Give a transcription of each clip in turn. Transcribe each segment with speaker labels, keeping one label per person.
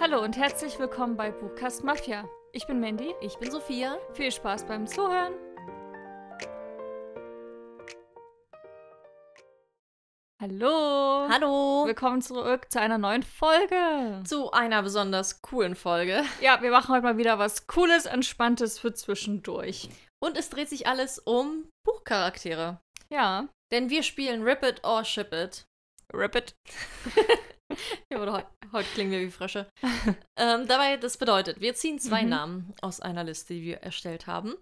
Speaker 1: Hallo und herzlich willkommen bei Buchkast Mafia. Ich bin Mandy.
Speaker 2: Ich bin Sophia.
Speaker 1: Viel Spaß beim Zuhören. Hallo.
Speaker 2: Hallo.
Speaker 1: Willkommen zurück zu einer neuen Folge.
Speaker 2: Zu einer besonders coolen Folge.
Speaker 1: Ja, wir machen heute mal wieder was Cooles, Entspanntes für zwischendurch.
Speaker 2: Und es dreht sich alles um Buchcharaktere.
Speaker 1: Ja.
Speaker 2: Denn wir spielen Rip It or Ship It. Rip It. ja, oder heu heute klingen wir wie Frösche. ähm, dabei, das bedeutet, wir ziehen zwei
Speaker 1: Mhm.
Speaker 2: Namen aus einer Liste, die wir erstellt haben.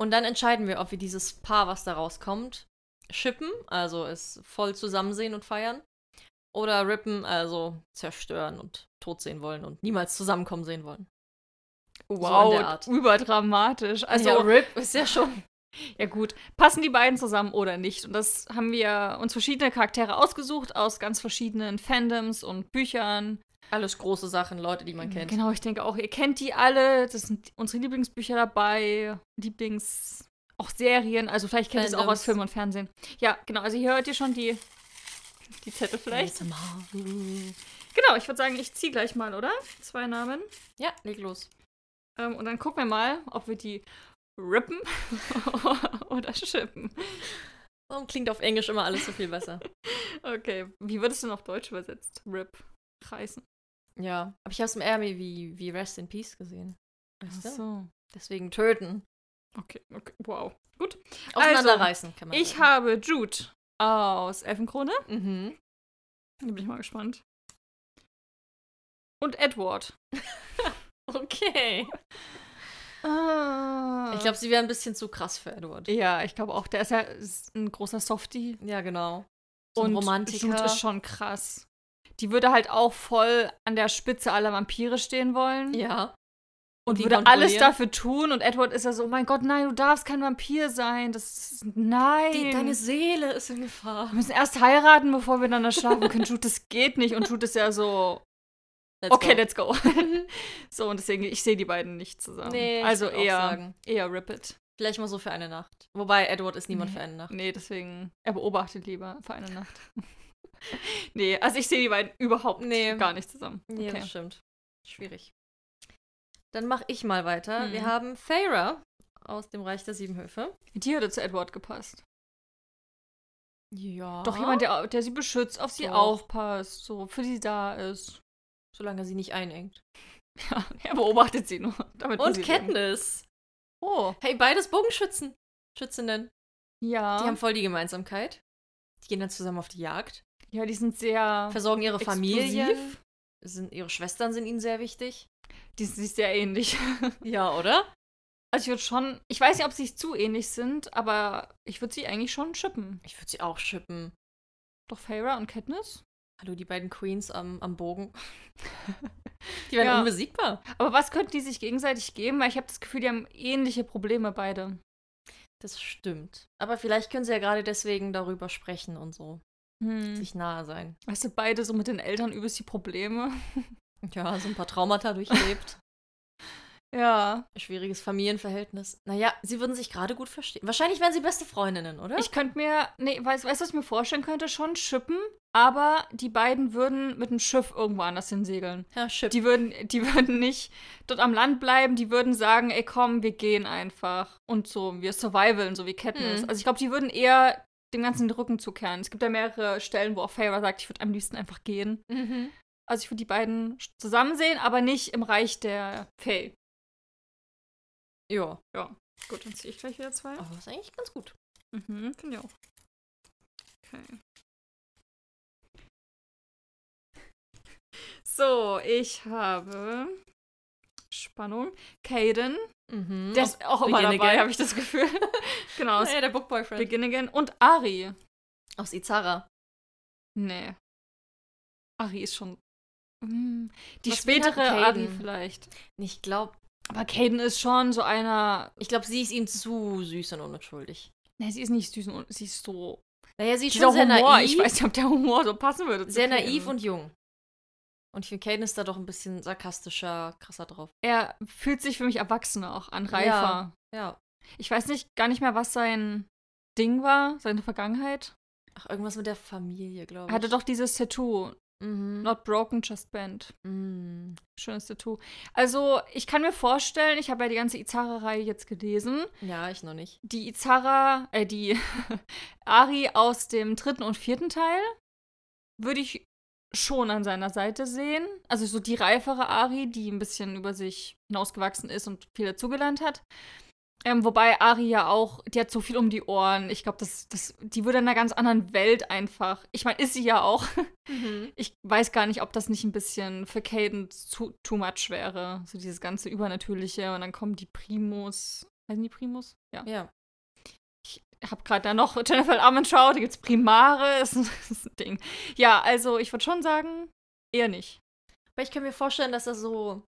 Speaker 2: Und dann entscheiden wir, ob wir dieses Paar, was da rauskommt, shippen, also es voll zusammensehen und feiern. Oder rippen, also zerstören und tot sehen wollen und niemals zusammenkommen sehen wollen.
Speaker 1: Wow,
Speaker 2: der Art.
Speaker 1: überdramatisch. Also,
Speaker 2: ja, Rip ist ja schon
Speaker 1: Ja gut, passen die beiden zusammen oder nicht? Und das haben wir uns verschiedene Charaktere ausgesucht aus ganz verschiedenen Fandoms und Büchern.
Speaker 2: alles große Sachen, Leute, die man kennt.
Speaker 1: Genau, ich denke auch, ihr kennt die alle. Das sind unsere Lieblingsbücher dabei, Lieblings auch Serien, also vielleicht kennt ihr es auch
Speaker 2: Fandoms.
Speaker 1: aus Film und Fernsehen. Ja, genau, also hier hört ihr schon die die Zettel vielleicht. Genau, ich würde sagen, ich ziehe gleich mal, oder? Zwei Namen.
Speaker 2: Ja, leg los.
Speaker 1: Ähm, und dann gucken wir mal, ob wir die rippen oder schippen.
Speaker 2: Warum klingt auf Englisch immer alles so viel besser?
Speaker 1: Okay, wie wird es denn auf Deutsch übersetzt? Rip. Reißen.
Speaker 2: ja, aber ich habe es im Ärmel wie, wie Rest in Peace gesehen. Weißt du?
Speaker 1: so.
Speaker 2: Deswegen töten.
Speaker 1: Okay, okay, wow. Gut.
Speaker 2: Also, Auseinanderreißen kann man.
Speaker 1: Ich
Speaker 2: sagen.
Speaker 1: habe Jude aus Elfenkrone.
Speaker 2: Mhm.
Speaker 1: Da bin ich mal gespannt. Und Edward.
Speaker 2: Okay.
Speaker 1: Ah.
Speaker 2: Ich glaube, sie wäre ein bisschen zu krass für Edward.
Speaker 1: Ja, ich glaube auch. Der ist ja ist ein großer Softie.
Speaker 2: Ja, genau. So ein
Speaker 1: und
Speaker 2: Romantiker.
Speaker 1: Jude ist schon krass. Die würde halt auch voll an der Spitze aller Vampire stehen wollen.
Speaker 2: ja.
Speaker 1: Und
Speaker 2: die
Speaker 1: würde alles
Speaker 2: kontrollieren.
Speaker 1: dafür tun. Und Edward ist ja so, oh mein Gott, nein, du darfst kein Vampir sein. Das ist, nein.
Speaker 2: Die, deine Seele ist in Gefahr.
Speaker 1: Wir müssen erst heiraten, bevor wir dann schlafen können. Jude, das geht nicht. Und Jude ist ja so,
Speaker 2: Let's
Speaker 1: okay,
Speaker 2: go.
Speaker 1: let's go. so, und deswegen, ich sehe die beiden nicht zusammen.
Speaker 2: Nee, ich
Speaker 1: also
Speaker 2: würd auch
Speaker 1: eher,
Speaker 2: sagen.
Speaker 1: eher Rip It.
Speaker 2: Vielleicht mal so für eine Nacht. Wobei Edward ist niemand
Speaker 1: Nee.
Speaker 2: für eine Nacht.
Speaker 1: Nee, deswegen, er beobachtet lieber für eine Nacht. nee, also ich sehe die beiden überhaupt
Speaker 2: Nee.
Speaker 1: gar nicht zusammen.
Speaker 2: Ja,
Speaker 1: Okay.
Speaker 2: das stimmt. Schwierig. Dann mache ich mal weiter.
Speaker 1: Mhm.
Speaker 2: Wir haben Feyre aus dem Reich der Sieben Höfe.
Speaker 1: Die hätte zu Edward gepasst.
Speaker 2: Ja.
Speaker 1: Doch jemand, der, der sie beschützt, auf sie
Speaker 2: Doch.
Speaker 1: aufpasst, so für sie da ist.
Speaker 2: Solange sie nicht einengt.
Speaker 1: Ja, er beobachtet sie nur. Damit muss
Speaker 2: Und
Speaker 1: sie leben.
Speaker 2: Katniss.
Speaker 1: Oh,
Speaker 2: Hey, beides Bogenschützen. Schützinnen.
Speaker 1: ja.
Speaker 2: Die haben voll die Gemeinsamkeit. Die gehen dann zusammen auf die Jagd.
Speaker 1: ja, die sind sehr...
Speaker 2: Versorgen ihre Familie.
Speaker 1: Explosiv.
Speaker 2: Sind, ihre Schwestern sind ihnen sehr wichtig.
Speaker 1: Die sind sich sehr ähnlich.
Speaker 2: Ja, oder?
Speaker 1: Also ich würde schon, ich weiß nicht, ob sie sich zu ähnlich sind, aber ich würde sie eigentlich schon schippen.
Speaker 2: Ich würde sie auch schippen.
Speaker 1: Doch Feyre und Katniss?
Speaker 2: Hallo, die beiden Queens am, am Bogen. Die werden
Speaker 1: Ja.
Speaker 2: unbesiegbar.
Speaker 1: Aber was könnten die sich gegenseitig geben? Weil ich habe das Gefühl, die haben ähnliche Probleme beide.
Speaker 2: Das stimmt. Aber vielleicht können sie ja gerade deswegen darüber sprechen und so.
Speaker 1: Hm.
Speaker 2: Sich nahe sein.
Speaker 1: Weißt du, beide so mit den Eltern übelst die Probleme.
Speaker 2: Ja, so ein paar Traumata durchlebt.
Speaker 1: Ja.
Speaker 2: Schwieriges Familienverhältnis. Naja, sie würden sich gerade gut verstehen. Wahrscheinlich wären sie beste Freundinnen, oder?
Speaker 1: Ich könnte mir, nee, weißt weißt du, was ich mir vorstellen könnte? Schon schippen, aber die beiden würden mit einem Schiff irgendwo anders hinsegeln.
Speaker 2: ja, Chip.
Speaker 1: Die würden, die würden nicht dort am Land bleiben, die würden sagen, ey komm, wir gehen einfach. Und so, wir survivalen, so wie Katniss.
Speaker 2: Hm.
Speaker 1: Also ich glaube, die würden eher dem Ganzen den Rücken zukehren. Es gibt ja mehrere Stellen, wo auch Feyre sagt, ich würde am liebsten einfach gehen.
Speaker 2: mhm.
Speaker 1: Also ich würde die beiden sch- zusammen sehen, aber nicht im Reich der Fae.
Speaker 2: Ja.
Speaker 1: Gut, dann ziehe ich gleich wieder zwei.
Speaker 2: Aber ist eigentlich ganz gut.
Speaker 1: Mhm, finde ich auch. Okay. So, ich habe Spannung. Caden.
Speaker 2: Mhm.
Speaker 1: Der ist auch immer
Speaker 2: Begin
Speaker 1: dabei,
Speaker 2: Again.
Speaker 1: habe ich das Gefühl. genau,
Speaker 2: aus,
Speaker 1: aus
Speaker 2: ja, der Bookboyfriend.
Speaker 1: Begin Again. Und Ari.
Speaker 2: Aus Izara.
Speaker 1: Nee. Ari ist schon. Mm, Die
Speaker 2: Was will
Speaker 1: spätere
Speaker 2: halt
Speaker 1: Ari
Speaker 2: Caden?
Speaker 1: vielleicht.
Speaker 2: Ich glaube,
Speaker 1: Aber Caden ist schon so einer.
Speaker 2: ich glaub, sie ist ihm zu süß und unschuldig.
Speaker 1: Nee, sie ist nicht süß und sie ist so.
Speaker 2: Naja, sie ist
Speaker 1: Dieser
Speaker 2: schon sehr
Speaker 1: Humor,
Speaker 2: naiv.
Speaker 1: ich weiß nicht, ob der Humor so passen würde. zu
Speaker 2: sehr
Speaker 1: Caden.
Speaker 2: naiv und jung. Und ich finde, Caden ist da doch ein bisschen sarkastischer, krasser drauf.
Speaker 1: Er fühlt sich für mich erwachsener auch an,
Speaker 2: Ja.
Speaker 1: reifer.
Speaker 2: Ja.
Speaker 1: Ich weiß nicht, gar nicht mehr, was sein Ding war, seine Vergangenheit.
Speaker 2: Ach, irgendwas mit der Familie, glaube
Speaker 1: Er
Speaker 2: ich.
Speaker 1: hatte doch dieses Tattoo.
Speaker 2: Mhm.
Speaker 1: Not broken, just bent.
Speaker 2: Mhm.
Speaker 1: Schönes Tattoo. Also, ich kann mir vorstellen, ich habe ja die ganze Izara-Reihe jetzt gelesen.
Speaker 2: Ja, ich noch nicht.
Speaker 1: Die Izara, äh, die Ari aus dem dritten und vierten Teil würde ich schon an seiner Seite sehen. Also so die reifere Ari, die ein bisschen über sich hinausgewachsen ist und viel dazugelernt hat. Ähm, wobei Ari ja auch, die hat so viel um die Ohren. Ich glaube, das, das, die würde in einer ganz anderen Welt einfach. Ich meine, ist sie ja auch. Ich weiß gar nicht, ob das nicht ein bisschen für Caden zu, too much wäre. So dieses ganze Übernatürliche und dann kommen die Primus. Heißen die Primus? Ja.
Speaker 2: Ja.
Speaker 1: Ich habe gerade da noch Jennifer Armentrout, da gibt's Primare, ist ein, ist ein Ding. Ja, also ich würde schon sagen, eher nicht.
Speaker 2: Aber ich kann mir vorstellen, dass er so,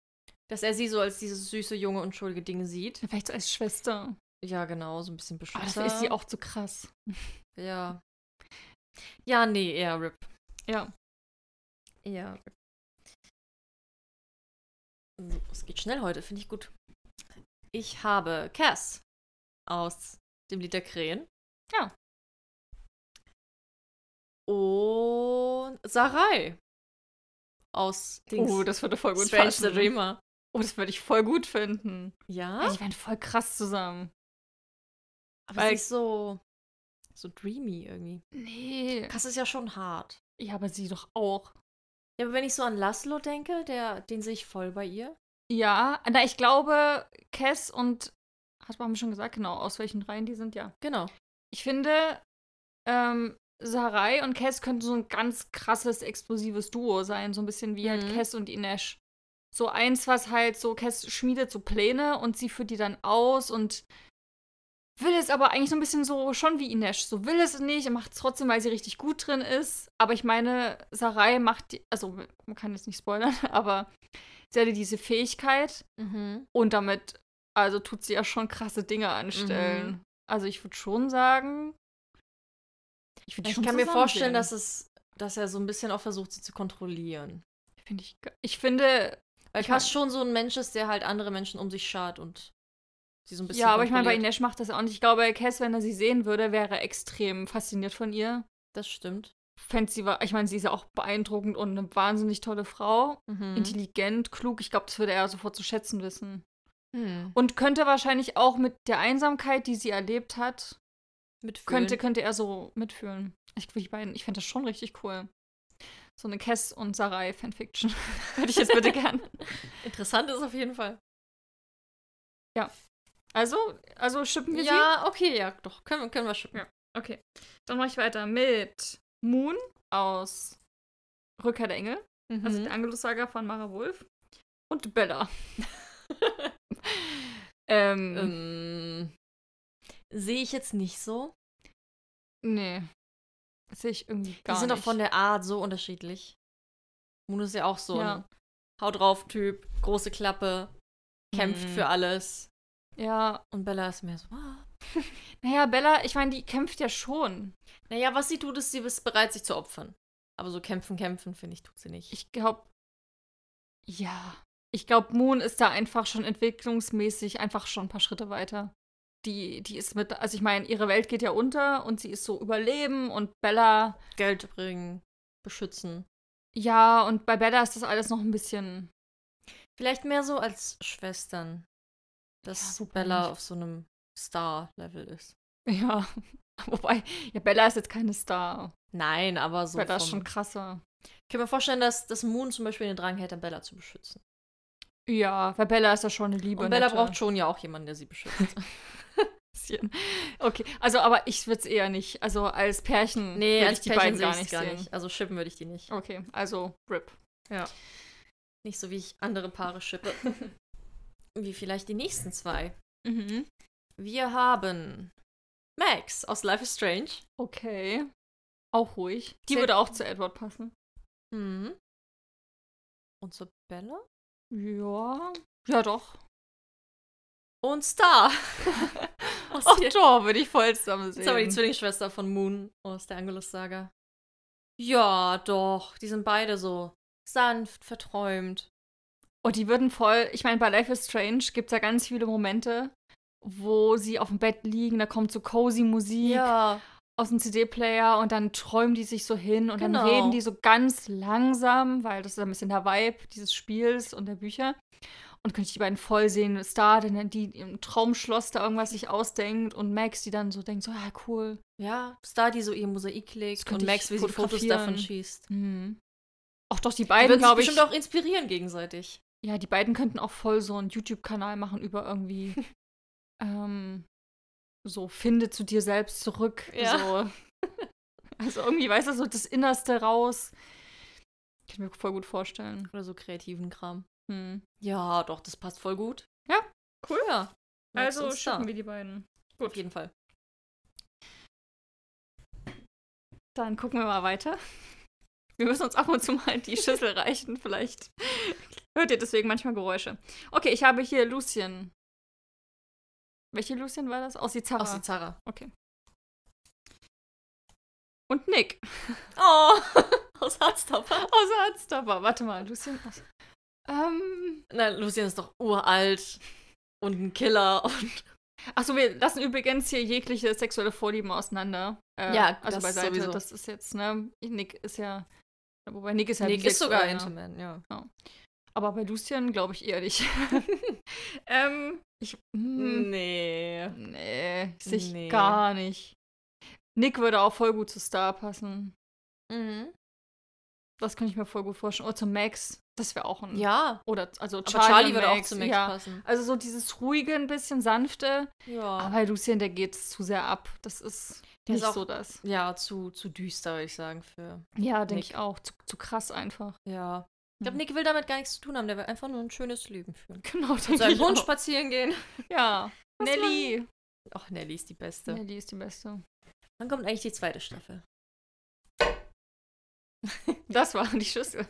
Speaker 2: dass er sie so als dieses süße, junge, unschuldige Ding sieht.
Speaker 1: Vielleicht so als Schwester.
Speaker 2: Ja, genau, so ein bisschen beschützer.
Speaker 1: Aber dafür Ah, ist sie auch zu krass.
Speaker 2: Ja. Ja, nee, eher RIP.
Speaker 1: Ja.
Speaker 2: Ja. So, es geht schnell heute, finde ich gut. Ich habe Cass aus dem Lied der Krähen.
Speaker 1: Ja.
Speaker 2: Und Sarai aus Dings.
Speaker 1: Oh, das würde voll gut
Speaker 2: Strange the
Speaker 1: passen.
Speaker 2: Dreamer.
Speaker 1: Oh, das würde ich voll gut finden.
Speaker 2: Ja,
Speaker 1: Ja, die wären voll krass zusammen.
Speaker 2: aber
Speaker 1: weil-
Speaker 2: es ist so, so dreamy irgendwie.
Speaker 1: Nee.
Speaker 2: Cass ist ja schon hart.
Speaker 1: Ja, aber sie doch auch.
Speaker 2: Ja, aber wenn ich so an Laszlo denke, der, den sehe ich voll bei ihr.
Speaker 1: Ja, na, ich glaube, Cass und. Hat man schon gesagt, genau, aus welchen Reihen die sind, ja.
Speaker 2: Genau.
Speaker 1: Ich finde, ähm, Sarai und Cass könnten so ein ganz krasses, explosives Duo sein. So ein bisschen wie halt
Speaker 2: Mhm.
Speaker 1: Cass und Inesh. So eins, was halt so, Cass schmiedet so Pläne und sie führt die dann aus und will es aber eigentlich so ein bisschen so schon wie Inesh. So will es nicht, macht es trotzdem, weil sie richtig gut drin ist. Aber ich meine, Sarai macht, die, also man kann jetzt nicht spoilern, aber sie hatte diese Fähigkeit,
Speaker 2: Mhm.
Speaker 1: und damit, also tut sie ja schon krasse Dinge anstellen.
Speaker 2: Mhm.
Speaker 1: Also ich würde schon sagen. würd die
Speaker 2: Ich
Speaker 1: schon
Speaker 2: kann mir
Speaker 1: zusammen
Speaker 2: vorstellen,
Speaker 1: sehen.
Speaker 2: dass, es, dass er so ein bisschen auch versucht, sie zu kontrollieren.
Speaker 1: Finde ich, ge- ich finde.
Speaker 2: Weil
Speaker 1: Ich
Speaker 2: Cass schon so ein Mensch ist, der halt andere Menschen um sich schart und sie so ein bisschen.
Speaker 1: Ja, aber ich meine, bei
Speaker 2: kontrolliert.
Speaker 1: Inesh macht das auch nicht. Ich glaube, Cass, wenn er sie sehen würde, wäre er extrem fasziniert von ihr.
Speaker 2: Das stimmt.
Speaker 1: Fänd sie, wa- ich meine, sie ist ja auch beeindruckend und eine wahnsinnig tolle Frau.
Speaker 2: Mhm.
Speaker 1: Intelligent, klug. Ich glaube, das würde er sofort zu schätzen wissen.
Speaker 2: Mhm.
Speaker 1: Und könnte wahrscheinlich auch mit der Einsamkeit, die sie erlebt hat,
Speaker 2: Mit
Speaker 1: könnte, könnte er so mitfühlen. Ich, die beiden, ich fände das schon richtig cool. So eine Cass und Sarai Fanfiction. Hätte ich jetzt bitte gern.
Speaker 2: Interessant ist auf jeden Fall.
Speaker 1: Also, also schippen wir
Speaker 2: Ja, okay, ja, doch. Können, wir- können wir schippen.
Speaker 1: Ja. sie? Okay. Dann mache ich weiter mit Moon aus Rückkehr der Engel,
Speaker 2: Mhm.
Speaker 1: also der Angelus-Saga von Mara Wolf. Und Bella. ähm,
Speaker 2: ähm, Sehe ich jetzt nicht so.
Speaker 1: nee. Das sehe ich irgendwie gar
Speaker 2: die sind
Speaker 1: nicht.
Speaker 2: doch von der Art so unterschiedlich. Moon ist ja auch so
Speaker 1: Ja.
Speaker 2: ein Hau drauf-Typ, große Klappe, kämpft
Speaker 1: Mhm.
Speaker 2: für alles.
Speaker 1: Ja.
Speaker 2: Und Bella ist mehr so. Ah.
Speaker 1: Naja, Bella, ich meine, die kämpft ja schon.
Speaker 2: Naja, was sie tut, ist, sie ist bereit, sich zu opfern. Aber so kämpfen, kämpfen, finde ich, tut sie nicht.
Speaker 1: Ich glaube, ja. Ich glaube, Moon ist da einfach schon entwicklungsmäßig einfach schon ein paar Schritte weiter. Die, die ist mit, also ich meine, ihre Welt geht ja unter und sie ist so überleben und Bella,
Speaker 2: Geld bringen, beschützen.
Speaker 1: ja, und bei Bella ist das alles noch ein bisschen,
Speaker 2: Vielleicht mehr so als Schwestern. Dass
Speaker 1: Ja, wobei
Speaker 2: Bella
Speaker 1: nicht.
Speaker 2: auf so einem Star-Level ist.
Speaker 1: ja. Wobei, ja, Bella ist jetzt keine Star.
Speaker 2: Nein, aber so.
Speaker 1: Bella ist
Speaker 2: vom-
Speaker 1: schon krasser.
Speaker 2: ich kann mir vorstellen, dass, dass Moon zum Beispiel den Drang hätte, Bella zu beschützen.
Speaker 1: Ja, weil Bella ist ja schon eine Liebe.
Speaker 2: Und Bella
Speaker 1: nette.
Speaker 2: braucht schon ja auch jemanden, der sie beschützt.
Speaker 1: bisschen. Okay, also aber ich würde es eher nicht, also als Pärchen
Speaker 2: nee,
Speaker 1: würd
Speaker 2: als
Speaker 1: ich die
Speaker 2: Pärchen
Speaker 1: beiden
Speaker 2: sehe
Speaker 1: gar
Speaker 2: ich
Speaker 1: nicht
Speaker 2: es gar
Speaker 1: sehen.
Speaker 2: nicht. Also schippen würde ich die nicht.
Speaker 1: Okay, also RIP.
Speaker 2: Nicht so, wie ich andere Paare schippe. wie vielleicht die nächsten zwei.
Speaker 1: Mhm.
Speaker 2: Wir haben Max aus Life is Strange.
Speaker 1: Okay. Auch ruhig. Die
Speaker 2: Sehr-
Speaker 1: würde auch zu Edward passen.
Speaker 2: Mhm. Und zu Bella?
Speaker 1: Ja. Ja, doch.
Speaker 2: Und Star. aus
Speaker 1: Auch
Speaker 2: hier-
Speaker 1: Thor würde ich voll zusammen sehen.
Speaker 2: Jetzt haben wir die Zwillingsschwester von Moon aus der Angelus-Saga. Ja, doch. Die sind beide so sanft, verträumt.
Speaker 1: Und Oh, die würden voll, ich meine, bei Life is Strange gibt es ja ganz viele Momente, wo sie auf dem Bett liegen, da kommt so cozy Musik.
Speaker 2: Ja.
Speaker 1: aus dem CD-Player und dann träumen die sich so hin und dann
Speaker 2: Genau.
Speaker 1: reden die so ganz langsam, weil das ist ein bisschen der Vibe dieses Spiels und der Bücher. Und könnte ich die beiden voll sehen, Star, denn die im Traumschloss da irgendwas sich ausdenkt und Max, die dann so denkt, so, ja, cool.
Speaker 2: Ja, Star, die so ihr Mosaik
Speaker 1: Das
Speaker 2: legt
Speaker 1: könnte
Speaker 2: und Max,
Speaker 1: ich
Speaker 2: wie sie Fotos
Speaker 1: fotografieren.
Speaker 2: davon schießt.
Speaker 1: Mhm. Auch doch, die
Speaker 2: Die
Speaker 1: beiden,
Speaker 2: würden sich
Speaker 1: glaube ich.
Speaker 2: bestimmt auch inspirieren gegenseitig.
Speaker 1: Ja, die beiden könnten auch voll so einen YouTube-Kanal machen über irgendwie ähm, so finde zu dir selbst zurück.
Speaker 2: Ja.
Speaker 1: So. Also irgendwie, weißt du, so das Innerste raus. Kann ich mir voll gut vorstellen.
Speaker 2: Oder so kreativen Kram.
Speaker 1: Hm.
Speaker 2: Ja, doch, das passt voll gut.
Speaker 1: Ja,
Speaker 2: cool. Ja. Max
Speaker 1: Also
Speaker 2: und Star.
Speaker 1: schicken wir die beiden.
Speaker 2: Auf jeden Fall.
Speaker 1: Dann gucken wir mal weiter. Wir müssen uns ab und zu mal die Schüssel reichen, vielleicht hört ihr deswegen manchmal Geräusche. Okay, ich habe hier Lucien. Welche Lucien war das? Aus Izarra.
Speaker 2: Aus die Zara.
Speaker 1: Und Nick.
Speaker 2: Oh, aus Harztopper.
Speaker 1: Außer Arztdorfer. Warte mal, Lucien. aus- Ähm,
Speaker 2: Nein, Lucien ist doch uralt und ein Killer. Und
Speaker 1: Achso, wir lassen übrigens hier jegliche sexuelle Vorlieben auseinander. Äh,
Speaker 2: Ja,
Speaker 1: also
Speaker 2: das
Speaker 1: beiseite.
Speaker 2: sowieso.
Speaker 1: Das ist jetzt, ne? Nick ist ja. Wobei Nick ist ja
Speaker 2: Nick ist
Speaker 1: bisexuell,
Speaker 2: sogar
Speaker 1: ja.
Speaker 2: Intamin, ja.
Speaker 1: Aber bei Lucien glaube ich eher nicht. ähm, ich. Mh,
Speaker 2: Hm. Nee.
Speaker 1: nee, sehe ich
Speaker 2: Hm. Nee.
Speaker 1: gar nicht. Nick würde auch voll gut zu Star passen.
Speaker 2: Mhm.
Speaker 1: Das könnte ich mir voll gut vorstellen. Oder zu Max. Das wäre auch ein.
Speaker 2: Ja.
Speaker 1: Oder also
Speaker 2: Aber
Speaker 1: Charlie,
Speaker 2: Charlie,
Speaker 1: und
Speaker 2: würde
Speaker 1: Max,
Speaker 2: auch zu Max
Speaker 1: ja.
Speaker 2: passen.
Speaker 1: Also so dieses ruhige, ein bisschen sanfte.
Speaker 2: Ja.
Speaker 1: Aber bei Lucien, der geht's zu sehr ab. Das ist
Speaker 2: Genau. Der ist
Speaker 1: nicht
Speaker 2: auch-
Speaker 1: so das.
Speaker 2: ja, zu, zu düster, würde ich sagen, für.
Speaker 1: Ja, denke
Speaker 2: Nick.
Speaker 1: ich auch. Zu, zu krass einfach.
Speaker 2: Ja. Ich glaube,
Speaker 1: Mhm.
Speaker 2: Nick will damit gar nichts zu tun haben. Der will einfach nur ein schönes Leben führen.
Speaker 1: Genau,
Speaker 2: Mit
Speaker 1: denke
Speaker 2: seinem
Speaker 1: ich
Speaker 2: Hund
Speaker 1: auch.
Speaker 2: spazieren gehen.
Speaker 1: Ja.
Speaker 2: Was
Speaker 1: Nelly.
Speaker 2: Ach, Nelly ist die Beste.
Speaker 1: Nelly ist die Beste.
Speaker 2: Wann kommt eigentlich die zweite Staffel?
Speaker 1: Das waren die Schüssel.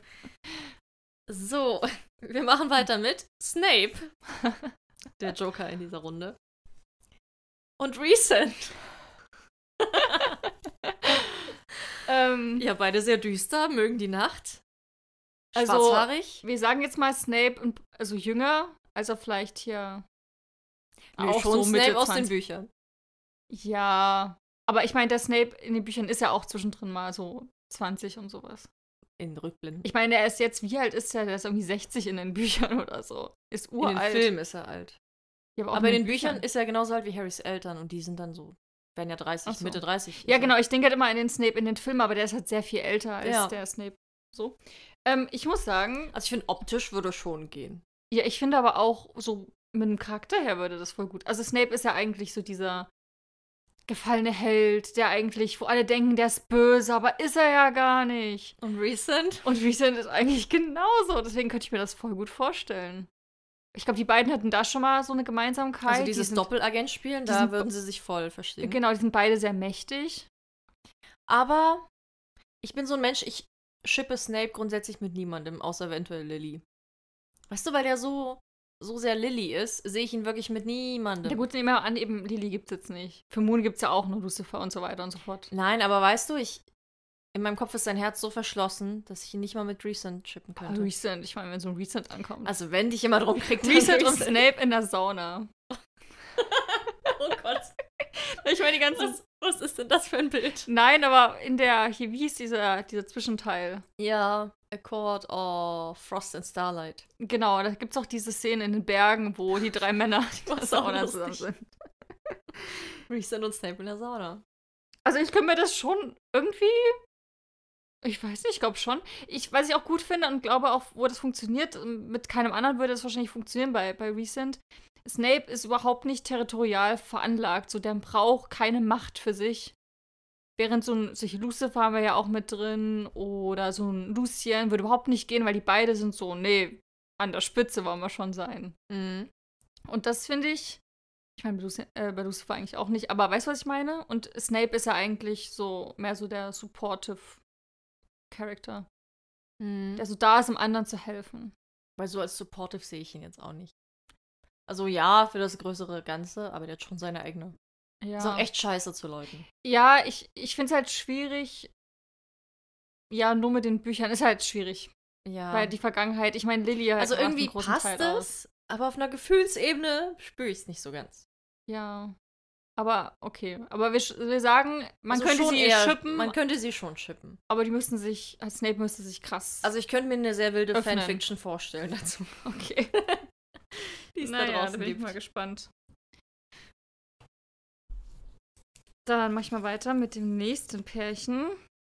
Speaker 2: So, wir machen weiter mit Snape. Der Joker in dieser Runde. Und Recent.
Speaker 1: Ähm,
Speaker 2: Ja, beide sehr düster, mögen die Nacht.
Speaker 1: Also-
Speaker 2: Schwarzhaarig.
Speaker 1: Wir sagen jetzt mal Snape, und, also jünger, also vielleicht hier.
Speaker 2: Nö, schon Snape aus den Büchern.
Speaker 1: Ja. Aber ich meine, der Snape in den Büchern ist ja auch zwischendrin mal so 20 und sowas.
Speaker 2: In Rückblenden.
Speaker 1: Ich meine, er ist jetzt, wie alt ist der? Der ist irgendwie 60 in den Büchern oder so. Ist uralt.
Speaker 2: In den Filmen ist er alt.
Speaker 1: Ja, auch
Speaker 2: Aber in den Büchern ist er genauso alt wie Harrys Eltern und die sind dann so, werden ja 30,
Speaker 1: Ach so.
Speaker 2: Mitte Also 30.
Speaker 1: Ja, genau. Ich denke halt immer an den Snape in den Filmen, aber der ist halt sehr viel älter als
Speaker 2: Ja.
Speaker 1: der Snape. So. Ähm, ich muss sagen,
Speaker 2: Also ich finde, optisch würde schon gehen.
Speaker 1: ja, ich finde aber auch so mit dem Charakter her würde das voll gut. Also Snape ist ja eigentlich so dieser gefallene Held, der eigentlich, wo alle denken, der ist böse, aber ist er ja gar nicht.
Speaker 2: Und Recent?
Speaker 1: Und Reason ist eigentlich genauso. Deswegen könnte ich mir das voll gut vorstellen. Ich glaube, die beiden hatten da schon mal so eine Gemeinsamkeit.
Speaker 2: Also
Speaker 1: die
Speaker 2: dieses
Speaker 1: sind,
Speaker 2: Doppelagent spielen,
Speaker 1: die
Speaker 2: da
Speaker 1: sind-
Speaker 2: würden sie sich voll verstehen.
Speaker 1: Genau, die sind beide sehr mächtig.
Speaker 2: Aber ich bin so ein Mensch, ich schippe Snape grundsätzlich mit niemandem, außer eventuell Lily. Weißt du, weil der so, so sehr Lily ist, sehe ich ihn wirklich mit niemandem.
Speaker 1: Ja, gut, nehmen wir mal an, eben Lily gibt's jetzt nicht. Für Moon gibt's ja auch nur Lucifer und so weiter und so fort.
Speaker 2: Nein, aber weißt du, ich. In meinem Kopf ist sein Herz so verschlossen, dass ich ihn nicht mal mit Recent chippen
Speaker 1: Aber
Speaker 2: könnte.
Speaker 1: Recent, ich meine, wenn so ein Recent ankommt.
Speaker 2: also, wenn dich jemand rumkriegt, dann
Speaker 1: Recent und Snape in der Sauna.
Speaker 2: Oh Gott.
Speaker 1: Ich meine, die ganzen.
Speaker 2: Was, was ist denn das für ein Bild?
Speaker 1: Nein, aber in der, hier, wie hieß dieser, dieser Zwischenteil?
Speaker 2: Ja, Accord of Frost and Starlight.
Speaker 1: Genau, da gibt's auch diese Szene in den Bergen, wo die drei Männer in der
Speaker 2: Was auch
Speaker 1: Sauna
Speaker 2: lustig.
Speaker 1: zusammen sind.
Speaker 2: Recent und Snape in der Sauna.
Speaker 1: Also ich könnte mir das schon irgendwie. Ich weiß nicht, ich glaube schon. Ich, was ich auch gut finde und glaube auch, wo das funktioniert, ähm, mit keinem anderen würde es wahrscheinlich funktionieren bei, bei Recent. Snape ist überhaupt nicht territorial veranlagt, so der braucht keine Macht für sich. Während so ein solche Lucifer haben wir ja auch mit drin oder so ein Lucien würde überhaupt nicht gehen, weil die beide sind so, nee, an der Spitze wollen wir schon sein.
Speaker 2: Mhm.
Speaker 1: Und das finde ich, ich meine, bei, Luci- äh, bei Lucifer eigentlich auch nicht, aber weißt du, was ich meine? Und Snape ist ja eigentlich so mehr so der supportive Character,
Speaker 2: Mhm.
Speaker 1: der so da ist, um anderen zu helfen.
Speaker 2: Weil so als supportive sehe ich ihn jetzt auch nicht. Also ja, für das größere Ganze, aber der hat schon seine eigene.
Speaker 1: Ja,
Speaker 2: Ist auch echt scheiße zu Leuten.
Speaker 1: ja ich, ich finde es halt schwierig. Ja, nur mit den Büchern ist halt schwierig.
Speaker 2: Ja.
Speaker 1: Weil die Vergangenheit, ich meine, Lily hat
Speaker 2: also
Speaker 1: macht einen
Speaker 2: irgendwie
Speaker 1: großen
Speaker 2: passt
Speaker 1: Teil aus.
Speaker 2: es, aber auf einer Gefühlsebene spüre ich es nicht so ganz.
Speaker 1: Ja. Aber okay. Aber wir, sch- wir sagen, man
Speaker 2: Also
Speaker 1: könnte
Speaker 2: schon
Speaker 1: sie
Speaker 2: eher-
Speaker 1: schippen,
Speaker 2: Man könnte sie schon schippen.
Speaker 1: aber die müssten sich, äh, Snape müsste sich krass.
Speaker 2: Also ich könnte mir eine sehr wilde
Speaker 1: Öffnen.
Speaker 2: Fanfiction vorstellen dazu.
Speaker 1: okay.
Speaker 2: Die es da
Speaker 1: naja, da
Speaker 2: draußen
Speaker 1: bin ich
Speaker 2: gibt.
Speaker 1: mal gespannt. Dann mach ich mal weiter mit dem nächsten Pärchen.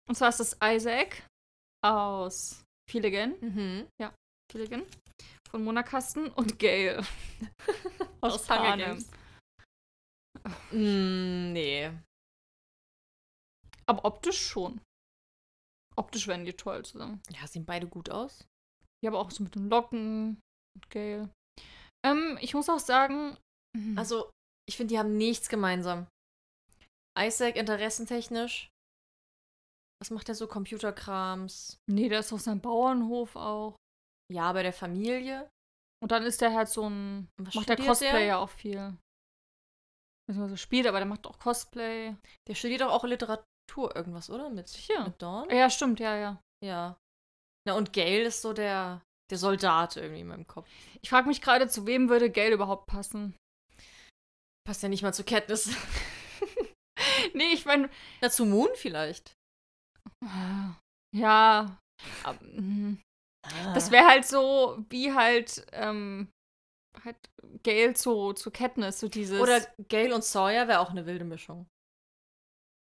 Speaker 1: Und zwar ist das Isaac aus Philigen,
Speaker 2: Mhm.
Speaker 1: Philigen von Monakasten und Gail aus,
Speaker 2: Aus Hunger
Speaker 1: Panem.
Speaker 2: Games. Mm, nee.
Speaker 1: Aber optisch schon. Optisch werden die toll zusammen.
Speaker 2: Ja, sehen beide gut aus.
Speaker 1: Ja, aber auch so mit den Locken und Gail. Ähm, ich muss auch sagen, also
Speaker 2: Also, ich finde, die haben nichts gemeinsam. Isaac interessentechnisch. Was macht er so? Computerkrams.
Speaker 1: nee, der ist auf seinem Bauernhof auch.
Speaker 2: Ja, bei der Familie.
Speaker 1: Und dann ist der halt so ein
Speaker 2: Und was
Speaker 1: macht der
Speaker 2: studiert
Speaker 1: Cosplay
Speaker 2: Der?
Speaker 1: ja auch viel. Nicht nur so spielt, aber der macht auch Cosplay.
Speaker 2: der studiert doch auch Literatur irgendwas, oder? Mit,
Speaker 1: Sicher.
Speaker 2: mit Dawn?
Speaker 1: Ah Ja, stimmt, ja, ja.
Speaker 2: Ja. Na, und Gail ist so der, der Soldat irgendwie in meinem Kopf.
Speaker 1: Ich frage mich gerade, zu wem würde Gail überhaupt passen?
Speaker 2: Passt ja nicht mal zu Katniss.
Speaker 1: Nee, ich meine,
Speaker 2: Na, zu Moon vielleicht.
Speaker 1: ja. ab- mhm.
Speaker 2: Ah.
Speaker 1: Das wäre halt so, wie halt, ähm, halt Gail zu, zu Katniss, so dieses.
Speaker 2: Oder Gail und Sawyer wäre auch eine wilde Mischung.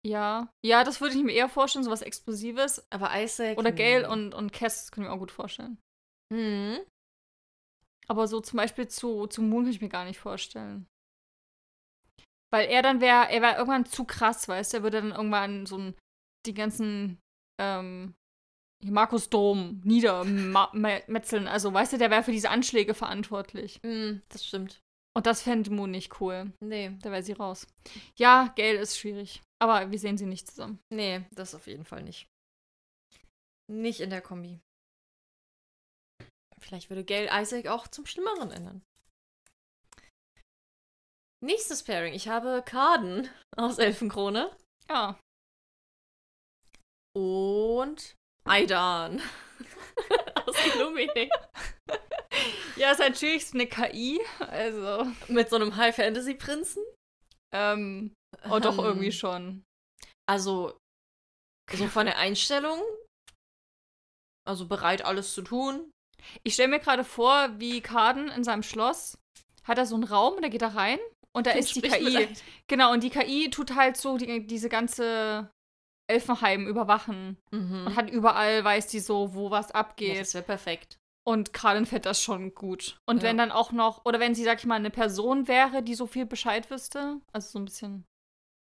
Speaker 1: ja. Ja, das würde ich mir eher vorstellen, sowas Explosives.
Speaker 2: Aber Isaac. hm.
Speaker 1: Oder Gail
Speaker 2: nee.
Speaker 1: und, und Cass, kann ich mir auch gut vorstellen.
Speaker 2: Mhm.
Speaker 1: Aber so zum Beispiel zu, zu Moon kann ich mir gar nicht vorstellen. Weil er dann wäre, er wäre irgendwann zu krass, weißt du? Er würde dann irgendwann so ein, die ganzen ähm, hier Markus Dom niedermetzeln. Also, weißt du, der wäre für diese Anschläge verantwortlich.
Speaker 2: Mhm, das stimmt.
Speaker 1: Und das fände Moon nicht cool.
Speaker 2: Nee.
Speaker 1: Da wäre sie raus. Ja, Gail ist schwierig. Aber wir sehen sie nicht zusammen.
Speaker 2: Nee, das auf jeden Fall nicht. Nicht in der Kombi. Vielleicht würde Gail Isaac auch zum Schlimmeren ändern. Nächstes Pairing. Ich habe Carden aus Elfenkrone
Speaker 1: Ja.
Speaker 2: und Aidan aus Illumine.
Speaker 1: Ja, ist halt schwierig, ist eine KI. Also,
Speaker 2: Mit so einem High-Fantasy-Prinzen.
Speaker 1: ähm, oh, doch
Speaker 2: Ähm,
Speaker 1: irgendwie schon.
Speaker 2: Also, so von der Einstellung. Also bereit, alles zu tun.
Speaker 1: Ich stelle mir gerade vor, wie Kaden in seinem Schloss hat er so einen Raum, da geht er rein und da ist die
Speaker 2: Spricht mit
Speaker 1: KI. Genau, und die KI tut halt so die, diese ganze Elfenheim überwachen
Speaker 2: Aid- Mhm.
Speaker 1: und hat überall, weiß die so, wo was
Speaker 2: Ja,
Speaker 1: abgeht.
Speaker 2: das wäre perfekt.
Speaker 1: und Kaden fällt das schon gut. Und wenn
Speaker 2: Ja.
Speaker 1: dann auch noch, oder wenn sie, sag ich mal, eine Person wäre, die so viel Bescheid wüsste, also so ein bisschen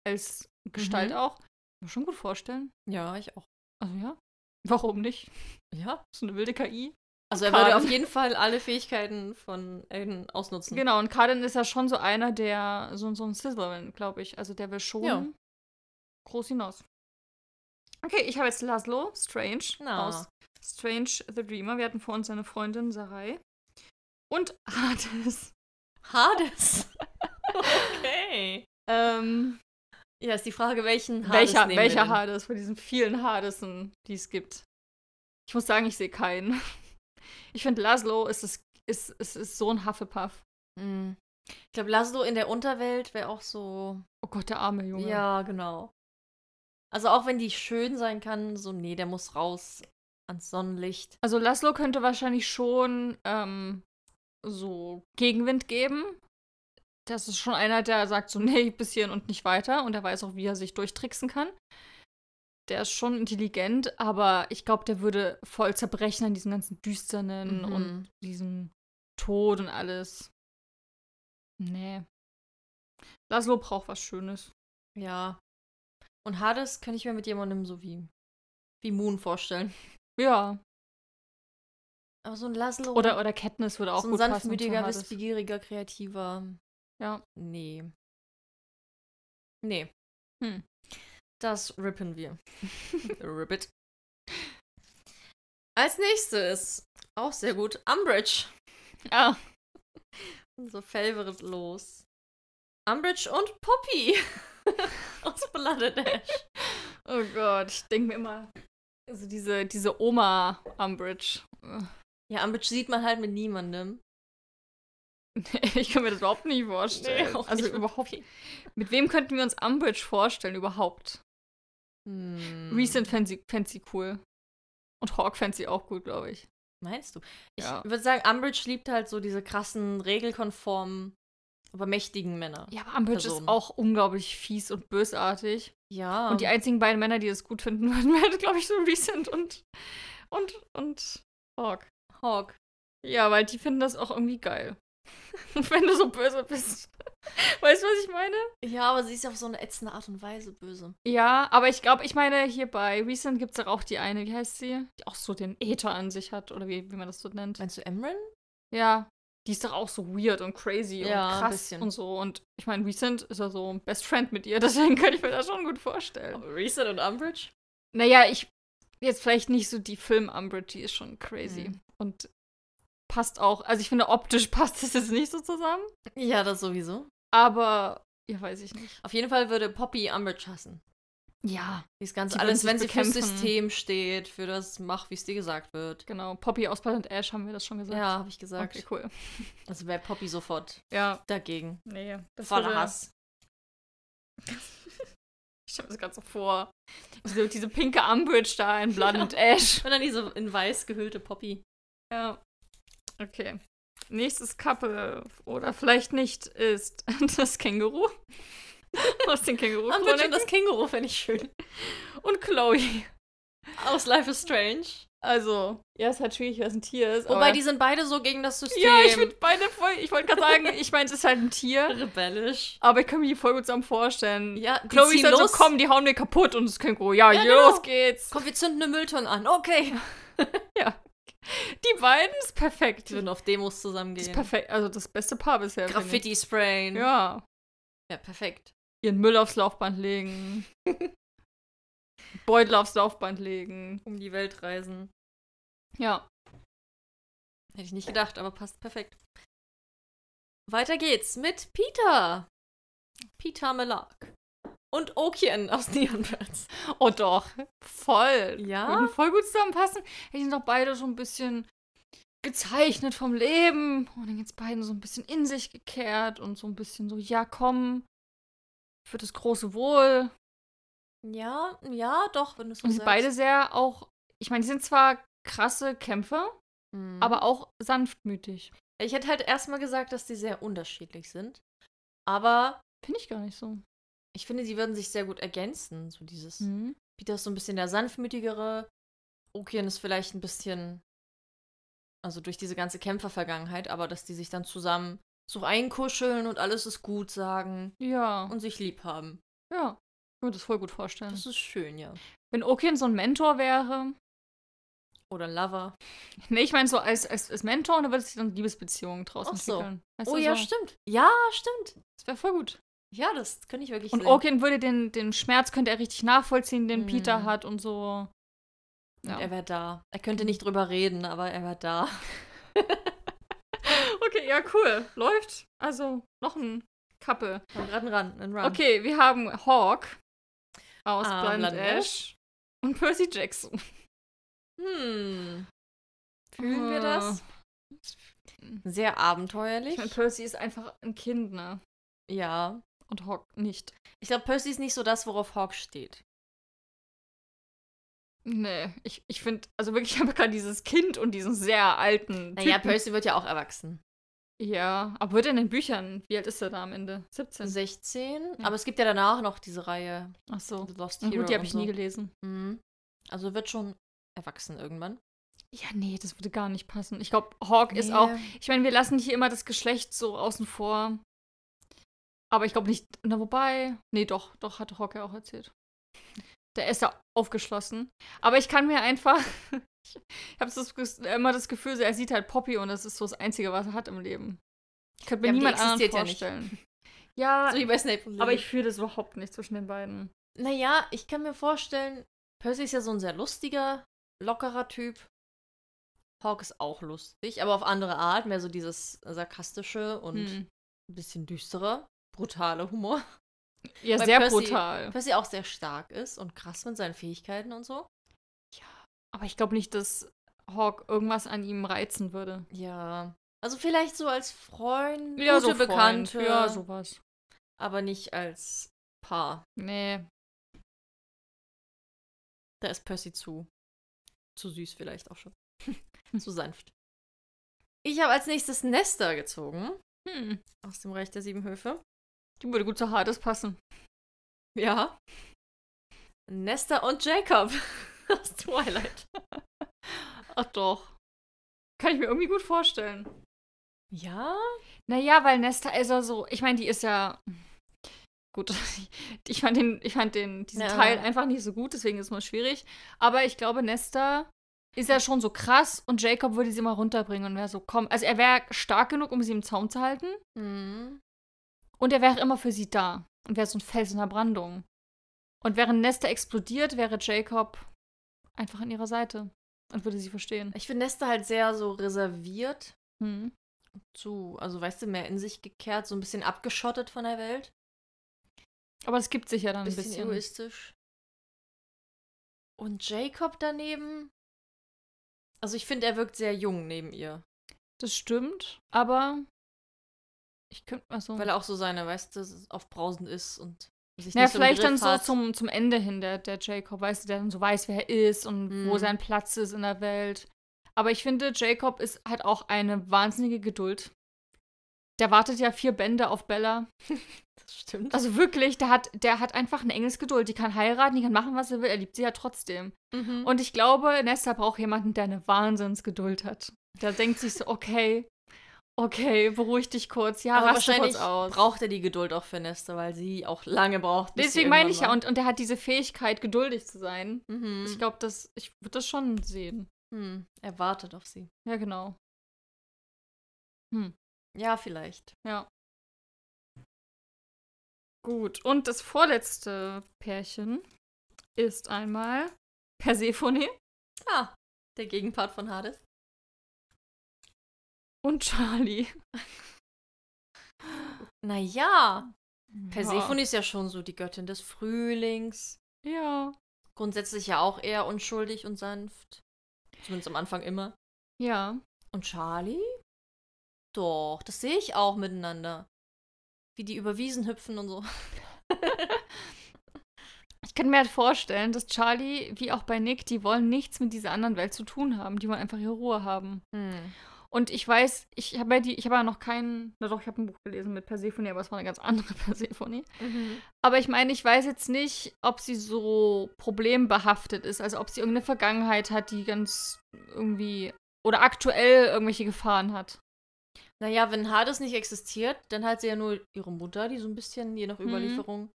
Speaker 1: als Gestalt
Speaker 2: Mhm.
Speaker 1: auch, kann ich mir schon gut vorstellen.
Speaker 2: Ja, ich auch.
Speaker 1: Also ja, warum nicht?
Speaker 2: Ja,
Speaker 1: So eine wilde KI.
Speaker 2: Also er
Speaker 1: Karten.
Speaker 2: würde auf jeden Fall alle Fähigkeiten von Aiden ausnutzen.
Speaker 1: Genau, und Kaden ist ja schon so einer, der so, so ein Sizzlerin, glaube ich. Also der will schon
Speaker 2: Ja.
Speaker 1: groß hinaus. Okay, ich habe jetzt Laszlo Strange
Speaker 2: Na.
Speaker 1: aus Strange the Dreamer. Wir hatten vor uns seine Freundin Sarai. Und Hades.
Speaker 2: Hades. okay.
Speaker 1: Ähm,
Speaker 2: Ja, ist die Frage, welchen Hades
Speaker 1: welcher
Speaker 2: nehmen
Speaker 1: welcher
Speaker 2: wir
Speaker 1: Hades von diesen vielen Hadesen, die es gibt? Ich muss sagen, ich sehe keinen. Ich finde, Laszlo ist, es, ist, ist, ist so ein Hufflepuff.
Speaker 2: denn? Mm. Ich glaube, Laszlo in der Unterwelt wäre auch so.
Speaker 1: Oh Gott, der arme Junge.
Speaker 2: Ja, genau. Also auch wenn die schön sein kann, so nee, der muss raus ans Sonnenlicht.
Speaker 1: Also Laszlo könnte wahrscheinlich schon ähm, so Gegenwind geben. Das ist schon einer, der sagt so, nee, bis hierhin und nicht weiter. Und er weiß auch, wie er sich durchtricksen kann. Der ist schon intelligent, aber ich glaube, der würde voll zerbrechen an diesem ganzen Düsternen
Speaker 2: Mhm.
Speaker 1: und diesem Tod und alles. Nee. Laszlo braucht was Schönes.
Speaker 2: Ja. Und Hades kann ich mir mit jemandem so wie wie Moon vorstellen.
Speaker 1: Ja.
Speaker 2: Aber so ein Laszlo
Speaker 1: Oder, oder Katniss würde auch
Speaker 2: Oh. so ein
Speaker 1: gut passen. zu
Speaker 2: sanftmütiger,
Speaker 1: Hades.
Speaker 2: wissbegieriger, kreativer.
Speaker 1: Ja.
Speaker 2: Nee. Nee.
Speaker 1: Hm.
Speaker 2: Das rippen wir. Ribbit. Als nächstes, auch sehr gut, Umbridge.
Speaker 1: Ah,
Speaker 2: So Favorite los. Umbridge und Poppy. Aus Blooded Ash.
Speaker 1: Oh Gott, ich denke mir immer. Also diese, diese Oma Umbridge.
Speaker 2: Ja, Umbridge sieht man halt mit niemandem.
Speaker 1: ich kann mir das überhaupt nicht vorstellen.
Speaker 2: Nee, auch
Speaker 1: also
Speaker 2: nicht.
Speaker 1: überhaupt. Mit wem könnten wir uns Umbridge vorstellen überhaupt?
Speaker 2: Hm.
Speaker 1: Recent fancy, fancy cool. Und Hawk fancy auch gut, glaube ich.
Speaker 2: Meinst du? Ich
Speaker 1: Ja.
Speaker 2: würde sagen, Umbridge liebt halt so diese krassen, regelkonformen, aber mächtigen Männer.
Speaker 1: Ja, aber Umbridge
Speaker 2: Personen.
Speaker 1: ist auch unglaublich fies und bösartig.
Speaker 2: Ja.
Speaker 1: Und die einzigen beiden Männer, die das gut finden würden, wären, glaube ich, so Recent und, und, und Hawk.
Speaker 2: Hawk.
Speaker 1: Ja, weil die finden das auch irgendwie geil. Wenn du so böse bist. Weißt du, was ich meine?
Speaker 2: Ja, aber sie ist auf so eine ätzende Art und Weise böse.
Speaker 1: Ja, aber ich glaube, ich meine, hier bei Recent gibt es doch auch die eine, wie heißt sie? Die auch so den Äther an sich hat, oder wie, wie man das so nennt.
Speaker 2: Meinst du Emran?
Speaker 1: Ja. Die ist doch auch so weird und crazy
Speaker 2: Ja, ein
Speaker 1: und krass
Speaker 2: bisschen.
Speaker 1: und so. Und ich meine, Recent ist ja so ein Best Friend mit ihr, deswegen kann ich mir das schon gut vorstellen.
Speaker 2: Reset und Umbridge?
Speaker 1: Naja, ich. Jetzt vielleicht nicht so die Film-Umbridge, die ist schon crazy.
Speaker 2: Mhm.
Speaker 1: Und passt auch. Also ich finde, optisch passt es jetzt nicht so zusammen.
Speaker 2: Ja, das sowieso.
Speaker 1: Aber. Ja, weiß ich nicht.
Speaker 2: Auf jeden Fall würde Poppy Umbridge hassen.
Speaker 1: Ja.
Speaker 2: Die ist ganz
Speaker 1: Die
Speaker 2: alles,
Speaker 1: würden
Speaker 2: wenn sie
Speaker 1: sich
Speaker 2: fürs
Speaker 1: bekämpfen.
Speaker 2: System steht, für das Mach, wie es dir gesagt wird.
Speaker 1: Genau. Poppy aus Blood and Ash haben wir das schon gesagt.
Speaker 2: Ja, habe ich gesagt.
Speaker 1: Okay, cool.
Speaker 2: Also wäre Poppy sofort
Speaker 1: Ja.
Speaker 2: dagegen.
Speaker 1: Nee.
Speaker 2: Voller Hass.
Speaker 1: Ich stelle mir das gerade so vor. Diese, diese pinke Umbridge da in Blood and Ash.
Speaker 2: Und dann diese in weiß gehüllte Poppy.
Speaker 1: Ja. Okay. Nächstes Couple, oder vielleicht nicht, ist das Känguru. Aus den känguru
Speaker 2: Umbridge und
Speaker 1: und,
Speaker 2: das Känguru fände ich schön.
Speaker 1: und Chloe.
Speaker 2: Aus Life is Strange.
Speaker 1: Also, ja, ist halt schwierig, weil es ein Tier ist.
Speaker 2: Oh, Wobei
Speaker 1: aber-
Speaker 2: die sind beide so gegen das System.
Speaker 1: Ja, ich finde beide voll. Ich wollte gerade sagen, ich meine, es ist halt ein Tier.
Speaker 2: rebellisch.
Speaker 1: Aber ich kann mir die voll gut zusammen vorstellen.
Speaker 2: Ja, die
Speaker 1: Chloe ist
Speaker 2: ziehen
Speaker 1: halt
Speaker 2: los.
Speaker 1: so, komm, die hauen wir kaputt und das Känguru. Ja,
Speaker 2: Ja,
Speaker 1: los
Speaker 2: genau.
Speaker 1: geht's.
Speaker 2: Komm, wir zünden eine Mülltonne an. Okay.
Speaker 1: Die beiden ist perfekt.
Speaker 2: Die würden auf Demos
Speaker 1: Das ist
Speaker 2: zusammengehen.
Speaker 1: perfekt. Also das beste Paar bisher. finde ich.
Speaker 2: Graffiti sprayen.
Speaker 1: Ja.
Speaker 2: ja, perfekt.
Speaker 1: Ihren Müll aufs Laufband legen. Beutel aufs Laufband legen.
Speaker 2: Um die Welt reisen.
Speaker 1: Ja.
Speaker 2: Hätte ich nicht gedacht, aber passt perfekt. Weiter geht's mit Peter. Peter Melark. Und Okien aus Neon Birds.
Speaker 1: Oh doch. Voll.
Speaker 2: Ja?
Speaker 1: Würden voll gut zusammenpassen. Hätten doch beide so ein bisschen gezeichnet vom Leben. Und dann jetzt beiden so ein bisschen in sich gekehrt und so ein bisschen so, ja komm, für das große Wohl.
Speaker 2: Ja, ja, doch, wenn du es so
Speaker 1: Und sie
Speaker 2: sagst.
Speaker 1: beide sehr auch, ich meine, die sind zwar krasse Kämpfer,
Speaker 2: Mhm.
Speaker 1: aber auch sanftmütig.
Speaker 2: ich hätte halt erstmal gesagt, dass die sehr unterschiedlich sind. Aber
Speaker 1: Finde ich gar nicht so.
Speaker 2: ich finde, sie würden sich sehr gut ergänzen. So
Speaker 1: Hm.
Speaker 2: dieses. Peter ist so ein bisschen der sanftmütigere. Okien ist vielleicht ein bisschen, also durch diese ganze Kämpfervergangenheit, aber dass die sich dann zusammen so einkuscheln und alles ist gut sagen
Speaker 1: Ja,
Speaker 2: und sich lieb haben.
Speaker 1: ja. Ich würde das voll gut vorstellen.
Speaker 2: Das ist schön, ja.
Speaker 1: Wenn Okin so ein Mentor wäre,
Speaker 2: Oder ein Lover.
Speaker 1: nee, ich meine so als, als, als Mentor, und da würde sich dann Beziehungen draus
Speaker 2: Ach so.
Speaker 1: entwickeln. Weißt
Speaker 2: oh
Speaker 1: du,
Speaker 2: ja,
Speaker 1: so.
Speaker 2: stimmt. Ja, stimmt.
Speaker 1: Das wäre voll gut.
Speaker 2: Ja, das könnte ich wirklich
Speaker 1: Und
Speaker 2: sehen.
Speaker 1: Okin würde den, den Schmerz, könnte er richtig nachvollziehen, den
Speaker 2: Mhm.
Speaker 1: Peter hat und so.
Speaker 2: Und
Speaker 1: Ja.
Speaker 2: er wäre da. Er könnte nicht drüber reden, aber er wäre da.
Speaker 1: Okay, ja, cool. Läuft. Also noch ein Kappe.
Speaker 2: Und ran, ran, ran, ran.
Speaker 1: Okay, wir haben Hawk aus
Speaker 2: Ah,
Speaker 1: Blind,
Speaker 2: Blind
Speaker 1: Ash und Percy Jackson.
Speaker 2: Hm. Fühlen wir das?
Speaker 1: Ah.
Speaker 2: Sehr
Speaker 1: Äh.
Speaker 2: abenteuerlich.
Speaker 1: Ich meine, Percy ist einfach ein Kind, ne?
Speaker 2: ja.
Speaker 1: Und Hawk nicht.
Speaker 2: Ich glaube, Percy ist nicht so das, worauf Hawk steht.
Speaker 1: Nee, ich, ich finde, also wirklich, ich habe gerade dieses Kind und diesen sehr alten.
Speaker 2: Naja,
Speaker 1: Typen.
Speaker 2: Percy wird ja auch erwachsen.
Speaker 1: Ja, aber wird er in den Büchern? Wie alt ist er da am Ende? 17.
Speaker 2: 16.
Speaker 1: Ja.
Speaker 2: Aber es gibt ja danach noch diese Reihe
Speaker 1: Ach so.
Speaker 2: The Lost
Speaker 1: Na
Speaker 2: Hero.
Speaker 1: gut, die habe
Speaker 2: und
Speaker 1: ich
Speaker 2: so.
Speaker 1: nie gelesen.
Speaker 2: Mhm. Also wird schon erwachsen irgendwann.
Speaker 1: Ja, nee, das würde gar nicht passen. Ich glaube, Hawk ist auch. Ich meine, wir lassen hier immer das Geschlecht so außen vor. Aber ich glaube nicht. Na, wobei. Nee, doch, doch, hat Hawk ja auch erzählt. Der ist ja aufgeschlossen. Aber ich kann mir einfach. ich habe so das Ges- immer das Gefühl, so, er sieht halt Poppy und das ist so das Einzige, was er hat im Leben. Ich könnte mir
Speaker 2: Ja, aber die
Speaker 1: niemand anderen
Speaker 2: existiert ja nicht.
Speaker 1: vorstellen. Ja,
Speaker 2: So wie bei Snape und
Speaker 1: Ah. aber
Speaker 2: Lily.
Speaker 1: ich fühle das überhaupt nicht zwischen den beiden.
Speaker 2: Naja, ich kann mir vorstellen, Percy ist ja so ein sehr lustiger, lockerer Typ. Hawk ist auch lustig, aber auf andere Art. Mehr so dieses sarkastische und
Speaker 1: Hm.
Speaker 2: ein bisschen düstere, brutale Humor.
Speaker 1: Ja,
Speaker 2: bei
Speaker 1: sehr
Speaker 2: Percy-
Speaker 1: brutal.
Speaker 2: Percy auch sehr stark ist und krass mit seinen Fähigkeiten und so.
Speaker 1: Aber ich glaube nicht, dass Hawk irgendwas an ihm reizen würde.
Speaker 2: Ja, Also vielleicht so als Freund,
Speaker 1: Ja,
Speaker 2: gute
Speaker 1: so Freund,
Speaker 2: Bekannte,
Speaker 1: Ja, sowas.
Speaker 2: aber nicht als Paar.
Speaker 1: Nee.
Speaker 2: Da ist Percy zu. Zu süß vielleicht auch schon. zu sanft. Ich habe als nächstes Nesta gezogen.
Speaker 1: Hm.
Speaker 2: Aus dem Reich der Sieben Höfe.
Speaker 1: Die würde gut zu Hades passen.
Speaker 2: Ja. Nesta und Jacob. aus Twilight.
Speaker 1: Ach doch. Kann ich mir irgendwie gut vorstellen.
Speaker 2: Ja?
Speaker 1: Naja, weil Nesta ist ja so, ich meine, die ist ja. Gut, ich fand den, ich fand den, diesen
Speaker 2: Ja.
Speaker 1: Teil einfach nicht so gut, deswegen ist es mal schwierig. Aber ich glaube, Nesta ist ja schon so krass und Jacob würde sie mal runterbringen und wäre so, komm. Also er wäre stark genug, um sie im Zaum zu halten.
Speaker 2: Mhm.
Speaker 1: Und er wäre immer für sie da. Und wäre so ein Fels in der Brandung. Und während Nesta explodiert, wäre Jacob einfach an ihrer Seite. Und würde sie verstehen.
Speaker 2: Ich finde Nesta halt sehr so reserviert.
Speaker 1: Hm.
Speaker 2: Zu, also weißt du, mehr in sich gekehrt, so ein bisschen abgeschottet von der Welt.
Speaker 1: Aber es gibt sich ja dann
Speaker 2: Ein bisschen,
Speaker 1: ein bisschen.
Speaker 2: egoistisch. Und Jacob daneben. Also ich finde, er wirkt sehr jung neben ihr.
Speaker 1: Das stimmt, aber ich könnte mal so.
Speaker 2: Weil er auch so seine, weißt du, aufbrausend ist und sich
Speaker 1: Naja,
Speaker 2: nicht so im
Speaker 1: vielleicht
Speaker 2: Griff
Speaker 1: dann so
Speaker 2: hat.
Speaker 1: zum, zum Ende hin, der, der Jacob, weißt du, der dann so weiß, wer er ist und wo
Speaker 2: Mhm.
Speaker 1: sein Platz ist in der Welt. Aber ich finde, Jacob ist halt auch eine wahnsinnige Geduld. Der wartet ja vier Bände auf Bella.
Speaker 2: Das stimmt.
Speaker 1: Also wirklich, der hat, der hat einfach eine Engelsgeduld. Die kann heiraten, die kann machen, was sie will. Er liebt sie ja trotzdem.
Speaker 2: Mhm.
Speaker 1: Und ich glaube, Nesta braucht jemanden, der eine Wahnsinnsgeduld hat. Der denkt sich so, okay, okay, beruhig dich kurz. Ja,
Speaker 2: Aber
Speaker 1: raste
Speaker 2: wahrscheinlich
Speaker 1: kurz aus.
Speaker 2: braucht er die Geduld auch für Nesta, weil sie auch lange braucht. bis sie
Speaker 1: Deswegen meine ich ja,
Speaker 2: irgendwann
Speaker 1: und, und er hat diese Fähigkeit, geduldig zu sein.
Speaker 2: mal- Mhm.
Speaker 1: Ich glaube, das, ich würde das schon sehen.
Speaker 2: Hm, Er wartet auf sie.
Speaker 1: Ja, genau.
Speaker 2: Ja, vielleicht.
Speaker 1: Gut. Und das vorletzte Pärchen ist einmal Persephone
Speaker 2: Ah, der Gegenpart von Hades.
Speaker 1: und Charlie.
Speaker 2: Naja, Persephone ist ja schon so die Göttin des Frühlings.
Speaker 1: Ja.
Speaker 2: Grundsätzlich ja auch eher unschuldig und sanft. Zumindest am Anfang immer.
Speaker 1: Ja.
Speaker 2: Und Charlie? Doch, das sehe ich auch miteinander. Wie die über Wiesen hüpfen und so.
Speaker 1: Ich kann mir halt vorstellen, dass Charlie, wie auch bei Nick, die wollen nichts mit dieser anderen Welt zu tun haben. Die wollen einfach ihre Ruhe haben. Und ich weiß, ich habe ja, die- ich habe ja noch keinen, na doch, ich habe ein Buch gelesen mit Persephone, aber es war eine ganz andere Persephone.
Speaker 2: Mhm.
Speaker 1: Aber ich meine, ich weiß jetzt nicht, ob sie so problembehaftet ist, also ob sie irgendeine Vergangenheit hat, die ganz irgendwie oder aktuell irgendwelche Gefahren hat.
Speaker 2: Naja, wenn Hades nicht existiert, dann hat sie ja nur ihre Mutter, die so ein bisschen, je nach
Speaker 1: Mhm.
Speaker 2: Überlieferung,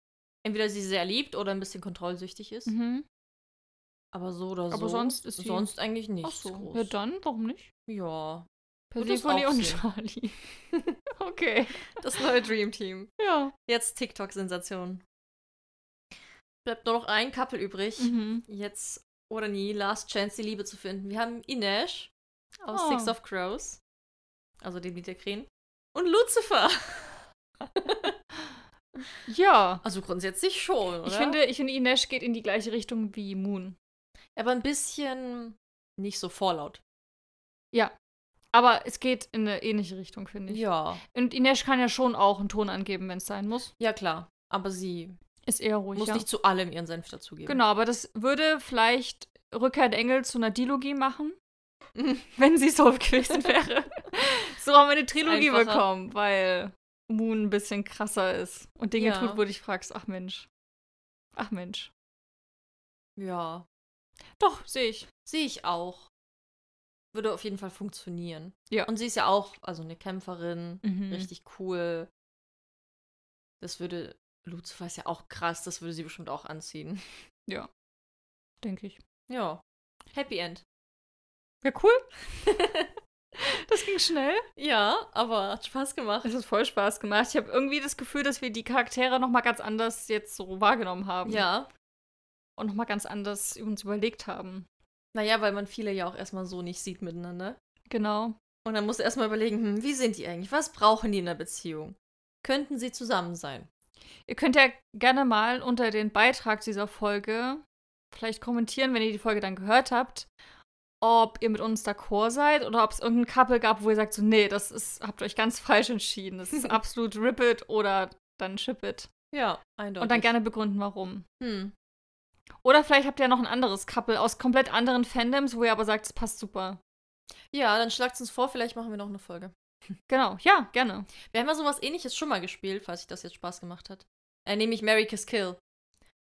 Speaker 2: entweder sie sehr liebt oder ein bisschen kontrollsüchtig ist.
Speaker 1: Mhm.
Speaker 2: Aber so oder so.
Speaker 1: Aber sonst ist sie-
Speaker 2: Sonst eigentlich nichts
Speaker 1: Ach so. Ja,
Speaker 2: groß.
Speaker 1: dann, warum nicht?
Speaker 2: ja. Würde ich
Speaker 1: Persephone
Speaker 2: auch
Speaker 1: und
Speaker 2: sehen.
Speaker 1: Charlie. okay.
Speaker 2: Das neue Dream Team.
Speaker 1: Ja.
Speaker 2: Jetzt TikTok-Sensation. Bleibt nur noch ein Couple übrig.
Speaker 1: Mhm.
Speaker 2: Jetzt oder nie, Last Chance, die Liebe zu finden. Wir haben Ines aus
Speaker 1: Oh.
Speaker 2: Six of Crows, also dem Lied der Krähen, und Lucifer.
Speaker 1: Ja.
Speaker 2: Also grundsätzlich schon, oder?
Speaker 1: Ich finde, ich finde, Ines geht in die gleiche Richtung wie Moon.
Speaker 2: Aber ein bisschen nicht so vorlaut.
Speaker 1: Aber es geht in eine ähnliche Richtung, finde ich.
Speaker 2: Ja.
Speaker 1: Und Ines kann ja schon auch einen Ton angeben, wenn es sein muss.
Speaker 2: Ja, klar. Aber sie
Speaker 1: Ist eher ruhig.
Speaker 2: muss
Speaker 1: ja.
Speaker 2: nicht zu allem ihren Senf dazugeben.
Speaker 1: Genau, aber das würde vielleicht Rückkehr der Engel zu einer Dilogie machen, wenn sie so gewesen wäre. so haben wir eine Trilogie
Speaker 2: Einfacher.
Speaker 1: bekommen, weil Moon ein bisschen krasser ist und Dinge
Speaker 2: Ja.
Speaker 1: tut, wo du dich fragst, ach Mensch. Ach Mensch.
Speaker 2: Ja.
Speaker 1: Doch, sehe ich.
Speaker 2: Sehe ich auch. Würde auf jeden Fall funktionieren.
Speaker 1: Ja.
Speaker 2: Und sie ist ja auch, also eine Kämpferin.
Speaker 1: Mhm.
Speaker 2: richtig cool. Das würde Lucifer ist ja auch krass, das würde sie bestimmt auch anziehen.
Speaker 1: Denke ich.
Speaker 2: Ja. Happy End.
Speaker 1: Ja, cool. das ging schnell.
Speaker 2: Ja, aber hat Spaß gemacht.
Speaker 1: Es hat voll Spaß gemacht. Ich habe irgendwie das Gefühl, dass wir die Charaktere nochmal ganz anders jetzt so wahrgenommen haben.
Speaker 2: Ja.
Speaker 1: Und nochmal ganz anders uns überlegt haben.
Speaker 2: Naja, weil man viele ja auch erstmal so nicht sieht miteinander.
Speaker 1: Genau.
Speaker 2: Und dann musst du erstmal überlegen, hm, wie sind die eigentlich? Was brauchen die in der Beziehung? Könnten sie zusammen sein?
Speaker 1: Ihr könnt ja gerne mal unter den Beitrag dieser Folge vielleicht kommentieren, wenn ihr die Folge dann gehört habt, ob ihr mit uns d'accord seid oder ob es irgendein Couple gab, wo ihr sagt, so, nee, das ist, habt ihr euch ganz falsch entschieden. Das ist absolut rip it oder dann ship it.
Speaker 2: Ja, eindeutig.
Speaker 1: Und dann gerne begründen, warum.
Speaker 2: Hm.
Speaker 1: Oder vielleicht habt ihr noch ein anderes Couple aus komplett anderen Fandoms, wo ihr aber sagt, es passt super.
Speaker 2: Ja, dann schlagt uns vor, vielleicht machen wir noch eine Folge.
Speaker 1: Genau, ja, gerne.
Speaker 2: Wir haben ja sowas ähnliches schon mal gespielt, falls sich das jetzt Spaß gemacht hat. Äh, nämlich Mary Kiss Kill.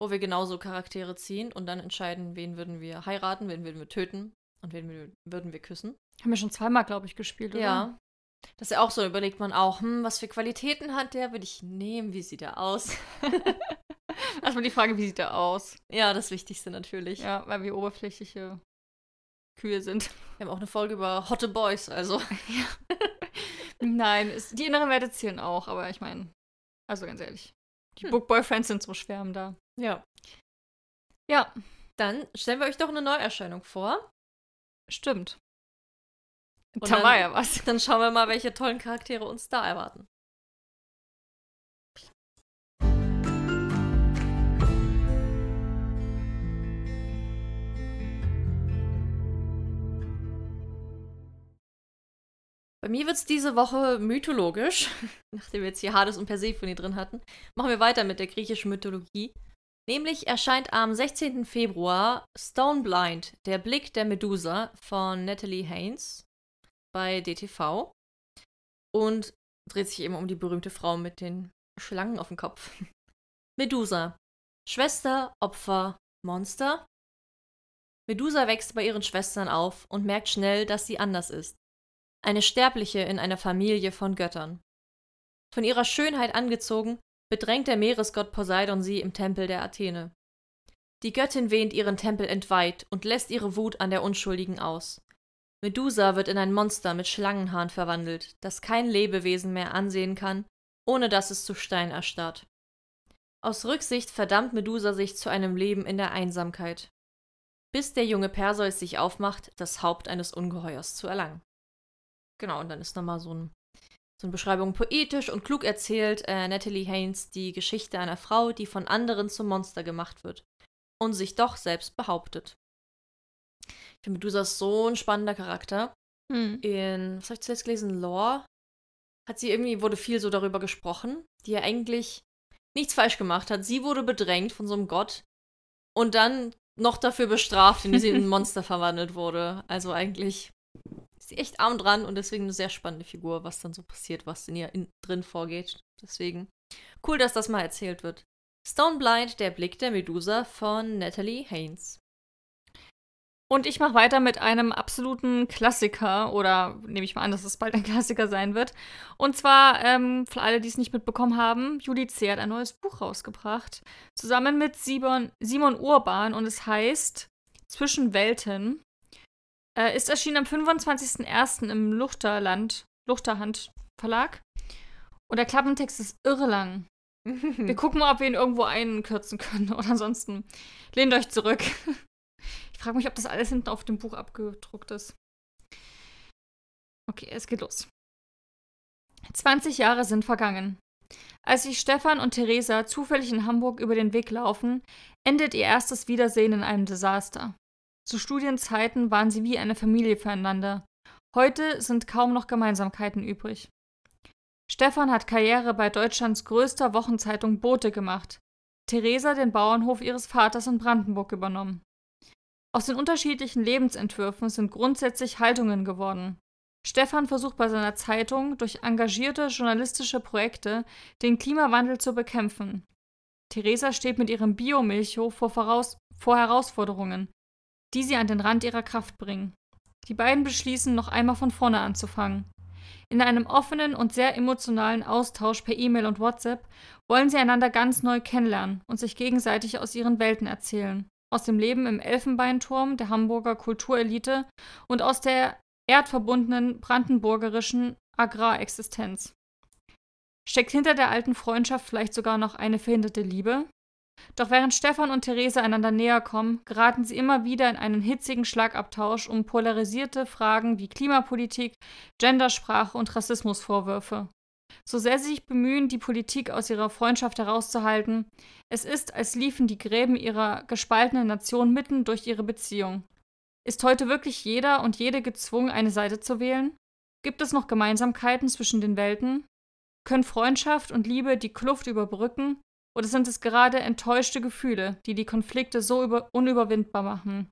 Speaker 2: Wo wir genauso Charaktere ziehen und dann entscheiden, wen würden wir heiraten, wen würden wir töten und wen wir, würden wir küssen.
Speaker 1: Haben wir schon zweimal, glaube ich, gespielt, oder?
Speaker 2: Ja. Das ist ja auch so, überlegt man auch, hm, was für Qualitäten hat der, würde ich nehmen, wie sieht er aus?
Speaker 1: Erstmal die Frage, wie sieht er aus?
Speaker 2: ja, das Wichtigste natürlich.
Speaker 1: Ja, weil wir oberflächliche Kühe sind.
Speaker 2: Wir haben auch eine Folge über Hotte Boys, also.
Speaker 1: Nein, es, die inneren Werte zählen auch, aber ich meine, also ganz ehrlich, die
Speaker 2: Hm.
Speaker 1: Book Boyfriends sind zum Schwärmen da.
Speaker 2: Ja.
Speaker 1: Ja,
Speaker 2: Dann stellen wir euch doch eine Neuerscheinung vor.
Speaker 1: stimmt.
Speaker 2: Und
Speaker 1: da
Speaker 2: dann-
Speaker 1: war ja was.
Speaker 2: Dann schauen wir mal, welche tollen Charaktere uns da erwarten. Bei mir wird's diese Woche mythologisch. Nachdem wir jetzt hier Hades und Persephone drin hatten, machen wir weiter mit der griechischen Mythologie. Nämlich erscheint am 16. Februar Stoneblind, der Blick der Medusa von Natalie Haynes bei DTV und dreht sich eben um die berühmte Frau mit den Schlangen auf dem Kopf. Medusa. Schwester, Opfer, Monster. Medusa wächst bei ihren Schwestern auf und merkt schnell, dass sie anders ist. Eine Sterbliche in einer Familie von Göttern. Von ihrer Schönheit angezogen, bedrängt der Meeresgott Poseidon sie im Tempel der Athene. Die Göttin wähnt ihren Tempel entweiht und lässt ihre Wut an der Unschuldigen aus. Medusa wird in ein Monster mit Schlangenhaaren verwandelt, das kein Lebewesen mehr ansehen kann, ohne dass es zu Stein erstarrt. Aus Rücksicht verdammt Medusa sich zu einem Leben in der Einsamkeit, bis der junge Perseus sich aufmacht, das Haupt eines Ungeheuers zu erlangen. Genau, und dann ist nochmal so, ein, so eine Beschreibung poetisch und klug erzählt, äh, Natalie Haynes, die Geschichte einer Frau, die von anderen zum Monster gemacht wird und sich doch selbst behauptet. Ich finde Medusa ist so ein spannender Charakter. Hm. In, was habe ich zuletzt gelesen? Lore. Hat sie irgendwie, wurde viel so darüber gesprochen, die ja eigentlich nichts falsch gemacht hat. Sie wurde bedrängt von so einem Gott und dann noch dafür bestraft, indem sie in ein Monster verwandelt wurde. Also eigentlich ist sie echt arm dran und deswegen eine sehr spannende Figur, was dann so passiert, was in ihr in, drin vorgeht. Deswegen cool, dass das mal erzählt wird. Stoneblind, der Blick der Medusa von Natalie Haynes.
Speaker 1: Und ich mache weiter mit einem absoluten Klassiker, oder nehme ich mal an, dass es bald ein Klassiker sein wird. Und zwar, ähm, für alle, die es nicht mitbekommen haben, Judith C. hat ein neues Buch rausgebracht, zusammen mit Simon, Simon Urban, und es heißt Zwischen Welten. Äh, ist erschienen am 25.01. im Luchterland, Luchterhand Verlag. Und der Klappentext ist irre lang. Wir gucken mal, ob wir ihn irgendwo einkürzen können. Oder ansonsten lehnt euch zurück. Ich frage mich, ob das alles hinten auf dem Buch abgedruckt ist. Okay, es geht los. 20 Jahre sind vergangen. Als sich Stefan und Theresa zufällig in Hamburg über den Weg laufen, endet ihr erstes Wiedersehen in einem Desaster. Zu Studienzeiten waren sie wie eine Familie füreinander. Heute sind kaum noch Gemeinsamkeiten übrig. Stefan hat Karriere bei Deutschlands größter Wochenzeitung Bote gemacht, Theresa den Bauernhof ihres Vaters in Brandenburg übernommen. Aus den unterschiedlichen Lebensentwürfen sind grundsätzlich Haltungen geworden. Stefan versucht bei seiner Zeitung durch engagierte journalistische Projekte den Klimawandel zu bekämpfen. Theresa steht mit ihrem Biomilchhof vor, voraus vor Herausforderungen, die sie an den Rand ihrer Kraft bringen. Die beiden beschließen, noch einmal von vorne anzufangen. In einem offenen und sehr emotionalen Austausch per E-Mail und WhatsApp wollen sie einander ganz neu kennenlernen und sich gegenseitig aus ihren Welten erzählen. Aus dem Leben im Elfenbeinturm der Hamburger Kulturelite und aus der erdverbundenen brandenburgerischen Agrarexistenz. Steckt hinter der alten Freundschaft vielleicht sogar noch eine verhinderte Liebe? Doch während Stefan und Therese einander näher kommen, geraten sie immer wieder in einen hitzigen Schlagabtausch um polarisierte Fragen wie Klimapolitik, Gendersprache und Rassismusvorwürfe. So sehr sie sich bemühen, die Politik aus ihrer Freundschaft herauszuhalten, es ist, als liefen die Gräben ihrer gespaltenen Nation mitten durch ihre Beziehung. Ist heute wirklich jeder und jede gezwungen, eine Seite zu wählen? Gibt es noch Gemeinsamkeiten zwischen den Welten? Können Freundschaft und Liebe die Kluft überbrücken? Oder sind es gerade enttäuschte Gefühle, die die Konflikte so über unüberwindbar machen?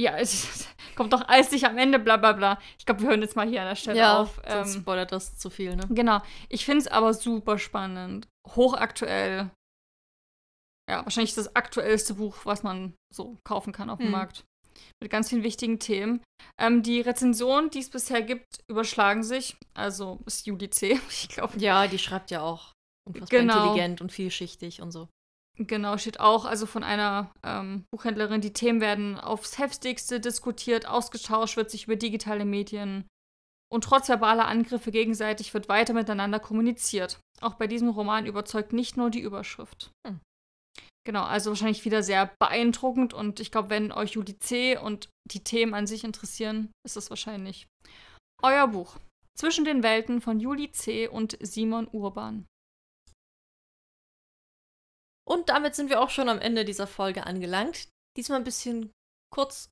Speaker 1: Ja, es kommt doch alles sich am Ende, bla bla bla. Ich glaube, wir hören jetzt mal hier an der Stelle
Speaker 2: ja,
Speaker 1: auf. ähm,
Speaker 2: sonst spoilert das zu viel, ne?
Speaker 1: Genau. Ich finde es aber super spannend. Hochaktuell. Ja, wahrscheinlich das aktuellste Buch, was man so kaufen kann auf dem
Speaker 2: Hm.
Speaker 1: Markt. Mit ganz vielen wichtigen Themen. Ähm, die Rezensionen, die es bisher gibt, überschlagen sich. Also ist Juli C. Ich glaube,
Speaker 2: Ja, die schreibt ja auch unfassbar
Speaker 1: Genau.
Speaker 2: intelligent und vielschichtig und so.
Speaker 1: genau, steht auch, also von einer ähm, Buchhändlerin, die Themen werden aufs heftigste diskutiert, ausgetauscht wird sich über digitale Medien. Und trotz verbaler Angriffe gegenseitig wird weiter miteinander kommuniziert. Auch bei diesem Roman überzeugt nicht nur die Überschrift.
Speaker 2: Hm.
Speaker 1: Genau, also wahrscheinlich wieder sehr beeindruckend und ich glaube, wenn euch Juli C. und die Themen an sich interessieren, ist das wahrscheinlich euer Buch. Zwischen den Welten von Juli C. und Simon Urban.
Speaker 2: Und damit sind wir auch schon am Ende dieser Folge angelangt. Diesmal ein bisschen kurz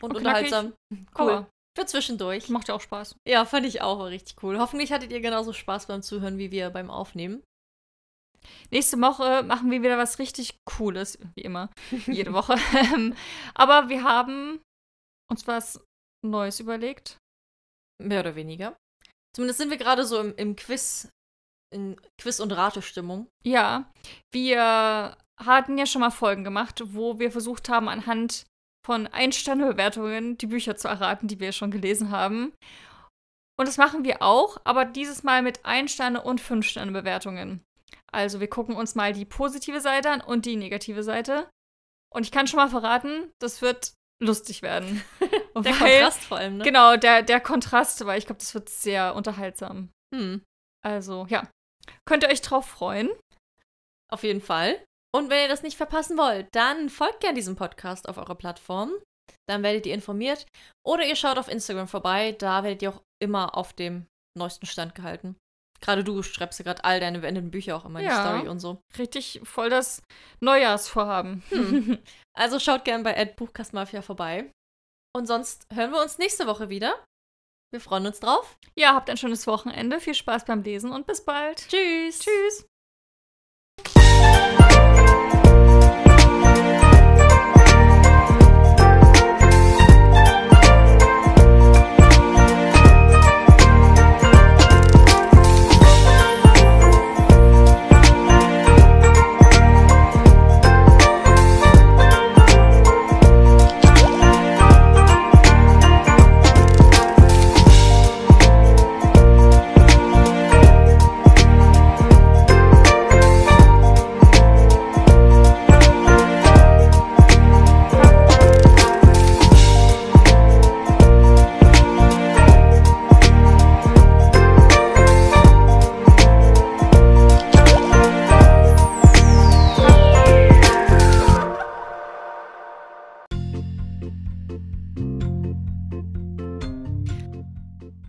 Speaker 2: und,
Speaker 1: Und knackig.
Speaker 2: unterhaltsam. Cool.
Speaker 1: Aber
Speaker 2: Für zwischendurch.
Speaker 1: macht ja auch Spaß.
Speaker 2: Ja, fand ich auch war richtig cool. Hoffentlich hattet ihr genauso Spaß beim Zuhören wie wir beim Aufnehmen.
Speaker 1: Nächste Woche machen wir wieder was richtig Cooles, wie immer, jede Woche. Ähm, Aber wir haben uns was Neues überlegt.
Speaker 2: Mehr oder weniger. Zumindest sind wir gerade so im, im Quiz, in Quiz- und Ratestimmung.
Speaker 1: Ja, wir hatten ja schon mal Folgen gemacht, wo wir versucht haben, anhand von Ein-Sterne-Bewertungen die Bücher zu erraten, die wir schon gelesen haben. Und das machen wir auch, aber dieses Mal mit Ein-Sterne- und Fünf-Sterne-Bewertungen. Also wir gucken uns mal die positive Seite an und die negative Seite. Und ich kann schon mal verraten, das wird lustig werden.
Speaker 2: Der
Speaker 1: Weil-
Speaker 2: Kontrast vor allem, ne?
Speaker 1: Genau, der, der Kontrast, weil ich glaube, das wird sehr unterhaltsam.
Speaker 2: Hm.
Speaker 1: Also ja, könnt ihr euch drauf freuen.
Speaker 2: Auf jeden Fall. Und wenn ihr das nicht verpassen wollt, dann folgt gerne diesem Podcast auf eurer Plattform. Dann werdet ihr informiert. Oder ihr schaut auf Instagram vorbei. Da werdet ihr auch immer auf dem neuesten Stand gehalten. Gerade du schreibst ja gerade all deine beendeten Bücher auch immer in
Speaker 1: Ja.
Speaker 2: die Story und so.
Speaker 1: Richtig voll das Neujahrsvorhaben.
Speaker 2: Hm. Also schaut gerne bei Buchkastmafia vorbei. Und sonst hören wir uns nächste Woche wieder. Wir freuen uns drauf.
Speaker 1: Ja, habt ein schönes Wochenende, viel Spaß beim Lesen und bis bald.
Speaker 2: Tschüss.
Speaker 1: Tschüss.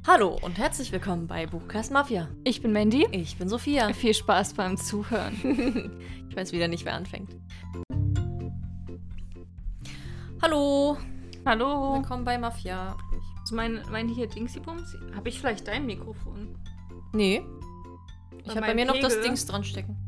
Speaker 2: Hallo und herzlich willkommen bei Buchkastmafia.
Speaker 1: Ich bin Mandy.
Speaker 2: Ich bin Sophia.
Speaker 1: Viel Spaß beim Zuhören.
Speaker 2: Ich weiß wieder nicht, wer anfängt. Hallo,
Speaker 1: Hallo.
Speaker 2: willkommen bei Mafia.
Speaker 1: Mein, mein hier Dingsy-Bums? Habe ich vielleicht dein Mikrofon?
Speaker 2: Nee. Ich habe bei
Speaker 1: meinem
Speaker 2: mir noch das
Speaker 1: Pegel-
Speaker 2: Dings dran stecken.